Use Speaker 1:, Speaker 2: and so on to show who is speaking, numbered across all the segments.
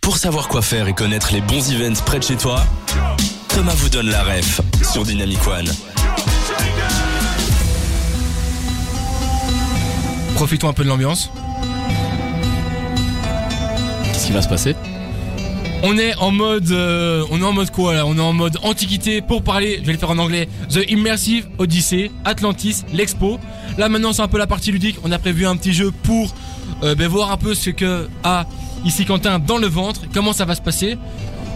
Speaker 1: Pour savoir quoi faire et connaître les bons events près de chez toi, Thomas vous donne la ref sur Dynamic One.
Speaker 2: Profitons un peu de l'ambiance.
Speaker 3: Qu'est-ce qui va se passer
Speaker 2: On est en mode, euh, on est en mode quoi là On est en mode antiquité pour parler. Je vais le faire en anglais. The Immersive Odyssey, Atlantis, l'expo. Là maintenant c'est un peu la partie ludique. On a prévu un petit jeu pour euh, ben, voir un peu ce que a ici Quentin dans le ventre. Comment ça va se passer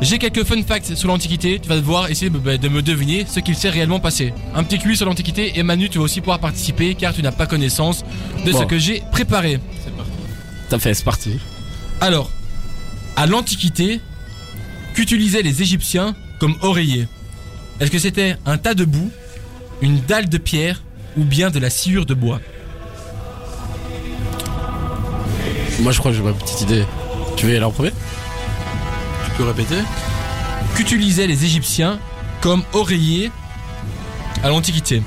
Speaker 2: J'ai quelques fun facts sur l'antiquité. Tu vas devoir essayer ben, ben, de me deviner ce qu'il s'est réellement passé. Un petit QI sur l'antiquité et Manu, tu vas aussi pouvoir participer car tu n'as pas connaissance de ce
Speaker 3: Bon.
Speaker 2: que j'ai préparé.
Speaker 3: T'as fait, c'est parti.
Speaker 2: Alors, à l'Antiquité, qu'utilisaient les Égyptiens comme oreiller Est-ce que c'était un tas de boue, une dalle de pierre ou bien de la sciure de bois
Speaker 3: Moi, je crois que j'ai ma petite idée. Tu veux y aller en premier Tu peux répéter
Speaker 2: Qu'utilisaient les Égyptiens comme oreiller à l'Antiquité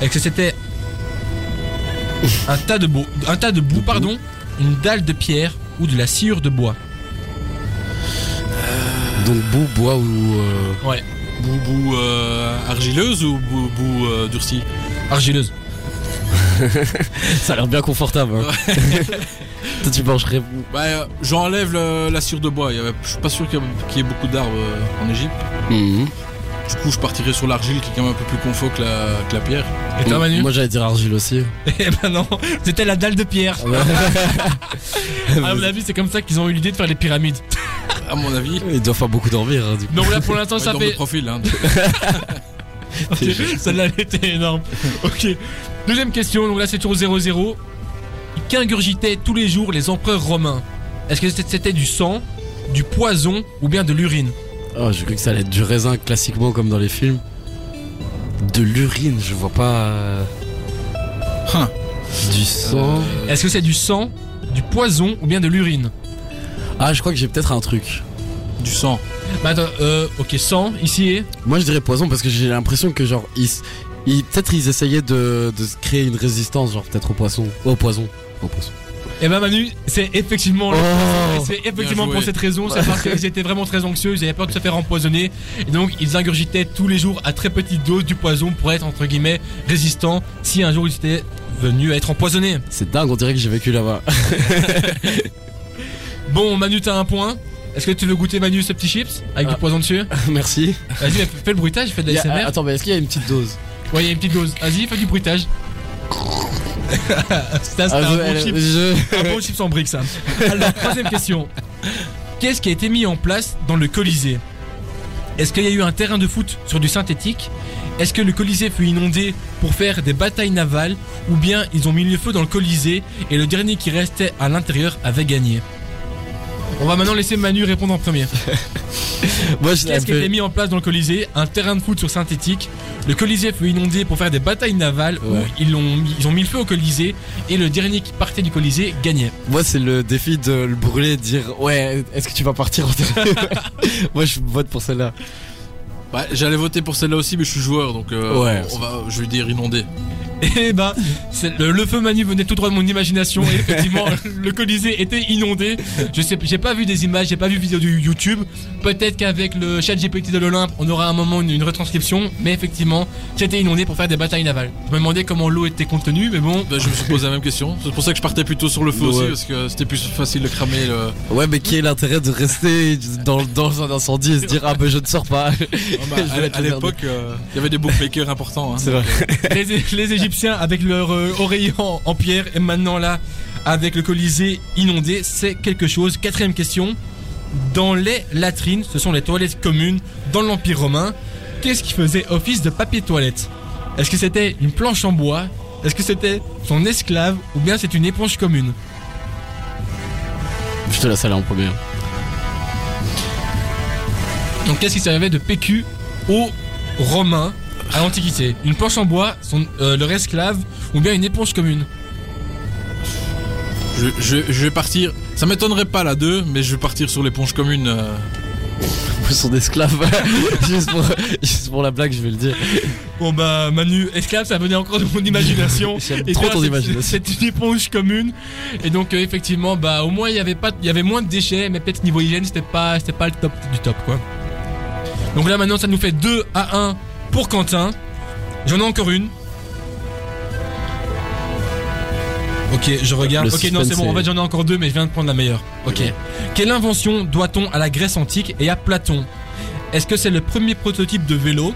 Speaker 2: Est-ce que c'était un tas de boue, un tas de boue, pardon, une dalle de pierre ou de la sciure de bois
Speaker 3: Donc, boue, bois ou. euh,
Speaker 2: Ouais,
Speaker 4: Boue, boue euh, argileuse ou boue, boue euh, durcie
Speaker 2: argileuse.
Speaker 3: Ça a l'air bien confortable. Hein. Toi, tu pencherais.
Speaker 4: Bah, euh, j'enlève le- la sciure de bois. Il y avait- Je suis pas sûr qu'il y a- qu'il y ait beaucoup d'arbres euh, en Égypte.
Speaker 3: Mhm.
Speaker 4: Du coup, je partirais sur l'argile qui est quand même un peu plus confort que la, que la pierre.
Speaker 2: Et toi Manu
Speaker 3: Moi, j'allais dire argile aussi.
Speaker 2: Eh ben non, c'était la dalle de pierre. Ah, À mon avis, c'est comme ça qu'ils ont eu l'idée de faire les pyramides.
Speaker 4: À mon avis,
Speaker 3: Il doit faire beaucoup dormir. hein, du coup.
Speaker 2: Donc là, pour l'instant,
Speaker 4: Ouais,
Speaker 2: ça
Speaker 4: dans
Speaker 2: fait.
Speaker 4: le profil. Hein.
Speaker 2: Ok, Celle-là, elle était énorme. Ok. Deuxième question. Donc là, c'est toujours 0-0. Qu'ingurgitaient tous les jours les empereurs romains Est-ce que c'était- c'était du sang, du poison ou bien de l'urine
Speaker 3: Oh, j'ai cru que ça allait être du raisin classiquement comme dans les films. De l'urine, je vois pas. euh,
Speaker 4: Hein.
Speaker 3: Du sang.
Speaker 4: Euh.
Speaker 2: Est-ce que c'est du sang, du poison ou bien de l'urine
Speaker 3: Ah, je crois que j'ai peut-être un truc.
Speaker 4: Du sang.
Speaker 2: Bah attends, euh, ok, sang, ici et.
Speaker 3: Moi, je dirais poison parce que j'ai l'impression que genre ils, ils- peut-être ils essayaient de, de se créer une résistance, genre peut-être au poisson, au poison, au poisson.
Speaker 2: Eh ben Manu, c'est effectivement le Et
Speaker 3: Oh
Speaker 2: C'est effectivement
Speaker 4: joué.
Speaker 2: pour cette raison, c'est parce qu'ils étaient vraiment très anxieux, ils avaient peur de se faire empoisonner, et donc ils ingurgitaient tous les jours à très petite dose du poison pour être entre guillemets résistants si un jour ils étaient venus à être empoisonnés.
Speaker 3: c'est dingue, on dirait que j'ai vécu là-bas.
Speaker 2: Bon, Manu, t'as un point. Est-ce que tu veux goûter Manu ce petit chips avec
Speaker 3: Ah.
Speaker 2: du poison dessus
Speaker 3: Merci.
Speaker 2: Vas-y, mais fais le bruitage, fais de
Speaker 3: Il y
Speaker 2: la
Speaker 3: a-
Speaker 2: SMR.
Speaker 3: attends, mais est-ce qu'il y a une petite dose
Speaker 2: Ouais, il y a une petite dose. Vas-y, fais du bruitage. Ça, c'était
Speaker 3: Ah,
Speaker 2: un
Speaker 3: je-
Speaker 2: bon
Speaker 3: elle-
Speaker 2: chips.
Speaker 3: je-
Speaker 2: Un bon chips en briques, ça. Alors, troisième question. Qu'est-ce qui a été mis en place dans le Colisée Est-ce qu'il y a eu un terrain de foot sur du synthétique Est-ce que le Colisée fut inondé pour faire des batailles navales Ou bien ils ont mis le feu dans le Colisée et le dernier qui restait à l'intérieur avait gagné on va maintenant laisser Manu répondre en premier.
Speaker 3: Moi, je
Speaker 2: Qu'est-ce qui a été mis en place dans le Colisée Un terrain de foot sur synthétique. Le Colisée fut inondé pour faire des batailles navales
Speaker 3: Ouais.
Speaker 2: où ils, l'ont mis- ils ont mis le feu au Colisée et le dernier qui partait du Colisée gagnait.
Speaker 3: Moi, c'est le défi de le brûler et de dire Ouais, est-ce que tu vas partir en Moi, je vote pour celle-là.
Speaker 4: Bah, J'allais voter pour celle-là aussi, mais je suis joueur, donc euh,
Speaker 3: Ouais.
Speaker 4: on va, je vais dire inondé.
Speaker 2: Et bah, c'est- le, le feu Manu venait tout droit de mon imagination. Et effectivement, le Colisée était inondé. Je sais, j'ai pas vu des images, j'ai pas vu de vidéo de YouTube. Peut-être qu'avec le chat GPT de l'Olympe, on aura un moment une, une retranscription. Mais effectivement, c'était inondé pour faire des batailles navales. Je me demandais comment l'eau était contenue, mais bon.
Speaker 4: Bah, je me suis posé la même question. C'est pour ça que je partais plutôt sur le feu
Speaker 3: Ouais.
Speaker 4: aussi, parce que c'était plus facile de cramer le.
Speaker 3: Ouais, mais quel est l'intérêt de rester dans, dans un incendie et se dire Ah, ben je ne sors pas
Speaker 4: bah,
Speaker 3: Je vais
Speaker 4: à-
Speaker 3: mettre
Speaker 4: à
Speaker 3: le
Speaker 4: l'époque, euh, il y avait des bookmakers importants. Hein.
Speaker 3: C'est vrai.
Speaker 2: les, les Égyptiens avec leur euh, oreiller en, en pierre et maintenant là avec le Colisée inondé, c'est quelque chose. Quatrième question. Dans les latrines, ce sont les toilettes communes dans l'Empire romain, qu'est-ce qui faisait office de papier toilette Est-ce que c'était une planche en bois Est-ce que c'était son esclave Ou bien c'est une éponge commune
Speaker 3: Je te laisse aller en premier. hein.
Speaker 2: Donc qu'est-ce qui servait de PQ aux Romains à l'Antiquité Une planche en bois, son, euh, leur esclave ou bien une éponge commune
Speaker 4: Je, je- je vais partir. Ça m'étonnerait pas la 2, mais je vais partir sur l'éponge commune. euh.
Speaker 3: Son esclave. juste, pour, juste pour la blague, je vais le dire.
Speaker 2: Bon bah Manu, esclave, ça venait encore de mon imagination.
Speaker 3: J'aime
Speaker 2: Et
Speaker 3: trop
Speaker 2: toi,
Speaker 3: ton
Speaker 2: c'est-
Speaker 3: imagination.
Speaker 2: C'est une éponge commune. Et donc euh, effectivement, bah au moins il y avait pas, il y avait moins de déchets, mais peut-être niveau hygiène c'était pas, c'était pas le top du top quoi. Donc là maintenant ça nous fait 2 à 1 pour Quentin. J'en ai encore une. Ok, je regarde.
Speaker 3: Le
Speaker 2: ok, non, c'est
Speaker 3: suspense
Speaker 2: bon. En
Speaker 3: est-
Speaker 2: fait, j'en ai encore deux, mais je viens de prendre la meilleure. Ok. Quelle invention doit-on à la Grèce antique et à Platon Est-ce que c'est le premier prototype de vélo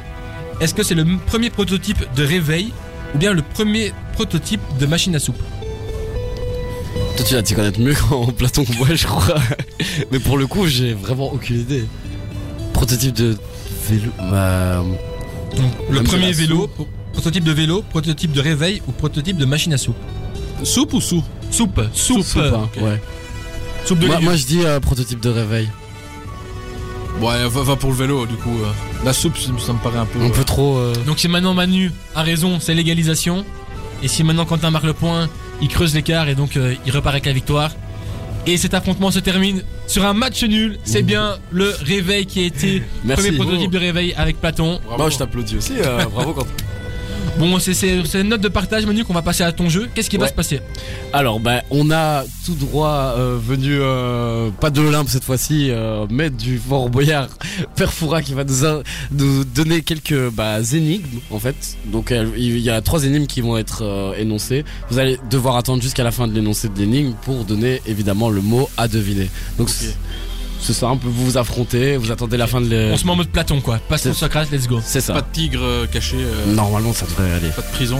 Speaker 2: Est-ce que c'est le m- premier prototype de réveil Ou bien le premier prototype de machine à soupe
Speaker 3: Toi, tu vas t'y connaître mieux qu'en Platon que moi, je crois. Mais pour le coup, j'ai vraiment aucune idée. Prototype de vélo. Bah,
Speaker 2: Donc, Le
Speaker 3: Machine
Speaker 2: premier
Speaker 3: à
Speaker 2: vélo, pro- prototype de vélo, prototype de réveil ou prototype de machine à soupe
Speaker 4: Soupe ou sous
Speaker 2: Soupe, soupe,
Speaker 3: soupe, hein,
Speaker 2: ok.
Speaker 3: ouais.
Speaker 2: Soupe de
Speaker 3: Moi,
Speaker 2: légumes.
Speaker 3: moi, je dis euh, prototype de réveil.
Speaker 4: Ouais, va, va pour le vélo, du coup. euh. La soupe, ça me- ça me paraît un peu.
Speaker 3: On
Speaker 4: euh,
Speaker 3: peut trop. euh,
Speaker 2: Donc si maintenant Manu a raison, c'est l'égalisation. Et si maintenant Quentin marque le point, il creuse l'écart et donc euh, il repart avec la victoire. Et cet affrontement se termine sur un match nul. C'est bien le réveil qui a été
Speaker 3: Merci.
Speaker 2: premier prototype de réveil avec Platon.
Speaker 4: bravo.
Speaker 3: Bah, je t'applaudis aussi. euh, bravo, Quentin.
Speaker 2: Bon, c'est c'est- c'est une note de partage Manu qu'on va passer à ton jeu. Qu'est-ce qui va
Speaker 3: Ouais.
Speaker 2: se passer
Speaker 3: Alors, bah, on a tout droit euh, venu, euh, pas de l'Olympe cette fois-ci, euh, mais du Fort Boyard, Père Foura qui va nous, in- nous donner quelques bah, énigmes, en fait. Donc, euh, il y a trois énigmes qui vont être euh, énoncées. Vous allez devoir attendre jusqu'à la fin de l'énoncé de l'énigme pour donner, évidemment, le mot à deviner. Donc, c'est- c'est simple, vous vous affrontez, vous attendez la fin de l'é-
Speaker 2: On se met en mode Platon quoi. Passe
Speaker 3: Euh. c'est-
Speaker 2: pour Socrate, let's go.
Speaker 3: C'est
Speaker 4: Pas
Speaker 3: ça.
Speaker 4: de tigre euh, caché, euh,
Speaker 3: Normalement, ça devrait aller.
Speaker 4: pas de prison.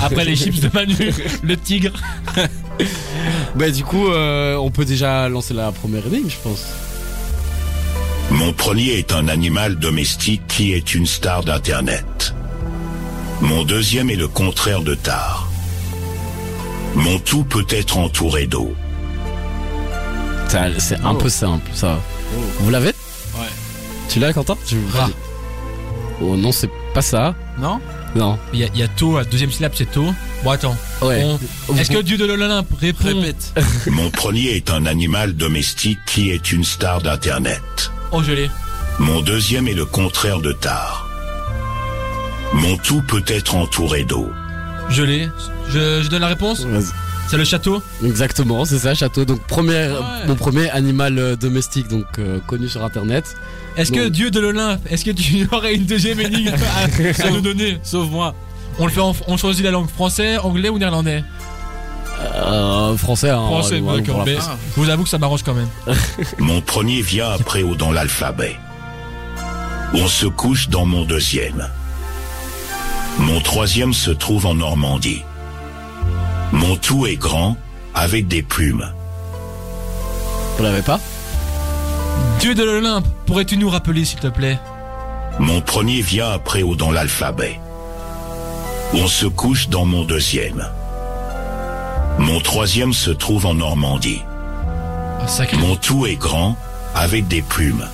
Speaker 2: Après les chips de Manu, le tigre.
Speaker 3: Bah, du coup, euh, on peut déjà lancer la première énigme, je pense.
Speaker 5: Mon premier est un animal domestique qui est une star d'Internet. Mon deuxième est le contraire de tard. Mon tout peut être entouré d'eau.
Speaker 3: Ça, C'est un
Speaker 4: Oh.
Speaker 3: peu simple, ça. Vous l'avez
Speaker 4: Ouais.
Speaker 3: Tu l'as, Quentin Tu-
Speaker 2: Ah.
Speaker 3: Oh non, c'est pas ça.
Speaker 4: Non
Speaker 3: Non.
Speaker 2: Il y, a- il y a To, la deuxième syllabe c'est To. Bon attends.
Speaker 3: Ouais.
Speaker 2: On- Est-ce que Dieu de l'Olympe répond
Speaker 4: Répète.
Speaker 5: Mon premier est un animal domestique qui est une star d'Internet.
Speaker 2: Oh je l'ai.
Speaker 5: Mon deuxième est le contraire de tard. Mon tout peut être entouré d'eau.
Speaker 2: Je l'ai. Je, je donne la réponse
Speaker 3: Vas-y.
Speaker 2: C'est le château
Speaker 3: Exactement, c'est ça, château. Donc première,
Speaker 4: Ouais.
Speaker 3: mon premier animal euh, domestique, donc euh, connu sur Internet.
Speaker 2: Est-ce que
Speaker 3: Non.
Speaker 2: Dieu de l'Olympe, est-ce que tu aurais une deuxième énigme à, à nous donner
Speaker 4: Sauve-moi.
Speaker 2: On le fait, en- on choisit la langue français, anglais ou néerlandais
Speaker 3: Euh, français.
Speaker 4: Oh,
Speaker 3: hein,
Speaker 2: Français,
Speaker 3: ouais, ouais,
Speaker 2: d'accord.
Speaker 3: voilà.
Speaker 2: Mais
Speaker 4: France.
Speaker 2: je vous avoue que ça m'arrange quand même.
Speaker 5: Mon premier vient après ou dans l'alphabet. On se couche dans mon deuxième. Mon troisième se trouve en Normandie. Mon tout est grand, avec des plumes.
Speaker 3: Vous l'avez pas
Speaker 2: Dieu de l'Olympe, pourrais-tu nous rappeler s'il te plaît
Speaker 5: Mon premier vient après ou dans l'alphabet. On se couche dans mon deuxième. Mon troisième se trouve en Normandie.
Speaker 2: Ah, Sacré.
Speaker 5: Mon tout est grand, avec des plumes.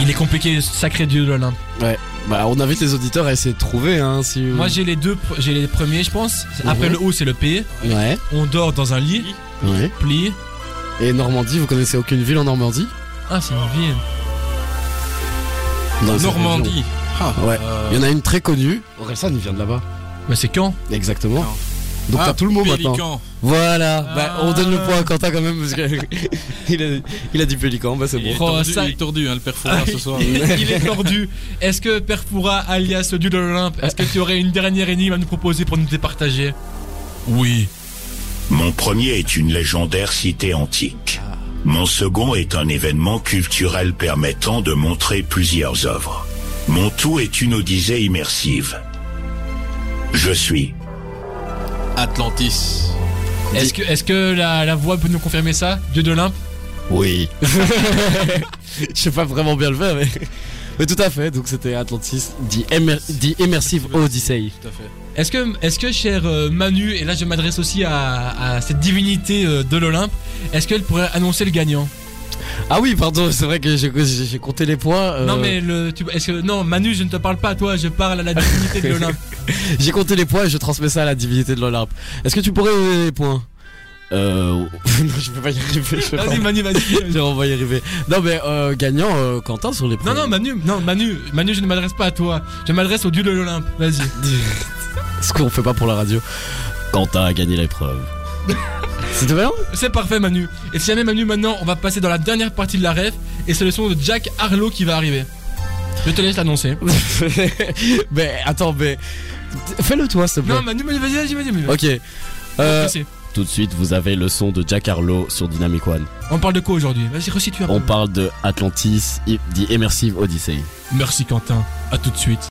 Speaker 2: Il est compliqué, sacré Dieu de l'Olympe.
Speaker 3: Ouais. Bah, on invite les auditeurs à essayer de trouver, hein. Si.
Speaker 4: Mmh.
Speaker 2: Moi j'ai les deux, pr- j'ai les premiers je pense. Après
Speaker 3: Mhm.
Speaker 2: le O c'est le P.
Speaker 3: Ouais.
Speaker 2: On dort dans un lit,
Speaker 3: Ouais.
Speaker 2: pli.
Speaker 3: Et Normandie, vous connaissez aucune ville en Normandie
Speaker 2: Ah c'est une ville.
Speaker 3: Dans cette région.
Speaker 4: Normandie. Ah,
Speaker 3: Ouais.
Speaker 4: euh,
Speaker 3: Il y en a une très connue. Orelsan, il vient de là-bas.
Speaker 2: Mais c'est quand
Speaker 3: Exactement.
Speaker 4: Non.
Speaker 3: Donc
Speaker 4: ah,
Speaker 3: t'as tout le mot maintenant.
Speaker 4: Pélican.
Speaker 3: Voilà, bah, on donne le
Speaker 2: Ah.
Speaker 3: point à Quentin quand même parce que il, a, il a dit Pélican, bah c'est
Speaker 4: Il
Speaker 3: bon.
Speaker 4: est
Speaker 2: Oh,
Speaker 4: tordu,
Speaker 2: ça- Ah,
Speaker 4: il est tordu, hein, le père Fouras, ce soir.
Speaker 2: Il est tordu. Est-ce que Perfura, alias le dieu de l'Olympe, est-ce que tu aurais une dernière énigme à nous proposer pour nous départager Oui.
Speaker 5: Mon premier est une légendaire cité antique. Mon second est un événement culturel permettant de montrer plusieurs œuvres. Mon tout est une odyssée immersive. Je suis.
Speaker 4: Atlantis.
Speaker 2: Est-ce que, est-ce que la, la voix peut nous confirmer ça Dieu de l'Olympe
Speaker 3: Oui. Je sais pas vraiment bien le faire, mais. Mais tout à fait, donc c'était Atlantis, dit, immer- dit Immersive Odyssey.
Speaker 4: Tout à fait.
Speaker 2: Est-ce que, est-ce que cher euh, Manu, et là je m'adresse aussi à, à cette divinité euh, de l'Olympe, est-ce qu'elle pourrait annoncer le gagnant
Speaker 3: Ah oui, pardon, c'est vrai que j'ai- j'ai j'ai compté les points. euh,
Speaker 2: Non mais le, tu- est-ce que non Manu, je ne te parle pas à toi, je parle à la divinité de l'Olympe.
Speaker 3: J'ai compté euh, les points et je transmets ça à la divinité de l'Olympe. Est-ce que tu pourrais donner les points Euh... non, je peux pas y arriver. je sais pas.
Speaker 2: Vas-y, Manu, vas-y.
Speaker 3: Je on va y arriver. Non, mais euh, gagnant, euh, Quentin sur les
Speaker 2: Non,
Speaker 3: premiers.
Speaker 2: non, Manu, non, Manu, Manu, je ne m'adresse pas à toi. Je m'adresse au dieu de l'Olympe. Vas-y.
Speaker 3: Ce qu'on fait pas pour la radio. Quentin a gagné l'épreuve. hein C'était bien
Speaker 2: C'est parfait, Manu. Et si jamais Manu, maintenant, on va passer dans la dernière partie de la ref. Et c'est le son de Jack Harlow qui va arriver. Je te laisse l'annoncer.
Speaker 3: Mais attends, mais. Fais-le toi, s'il te plaît.
Speaker 2: Non, Manu, Manu, vas-y, vas-y, Manu. vas-y.
Speaker 3: Ok. Euh,
Speaker 2: Pressé.
Speaker 3: tout de suite, vous avez le son de Jack Harlow sur Dynamic One.
Speaker 2: On parle de quoi aujourd'hui Vas-y, resitue un
Speaker 3: On
Speaker 2: peu.
Speaker 3: parle de Atlantis, dit Immersive Odyssey.
Speaker 2: Merci, Quentin. À tout de suite.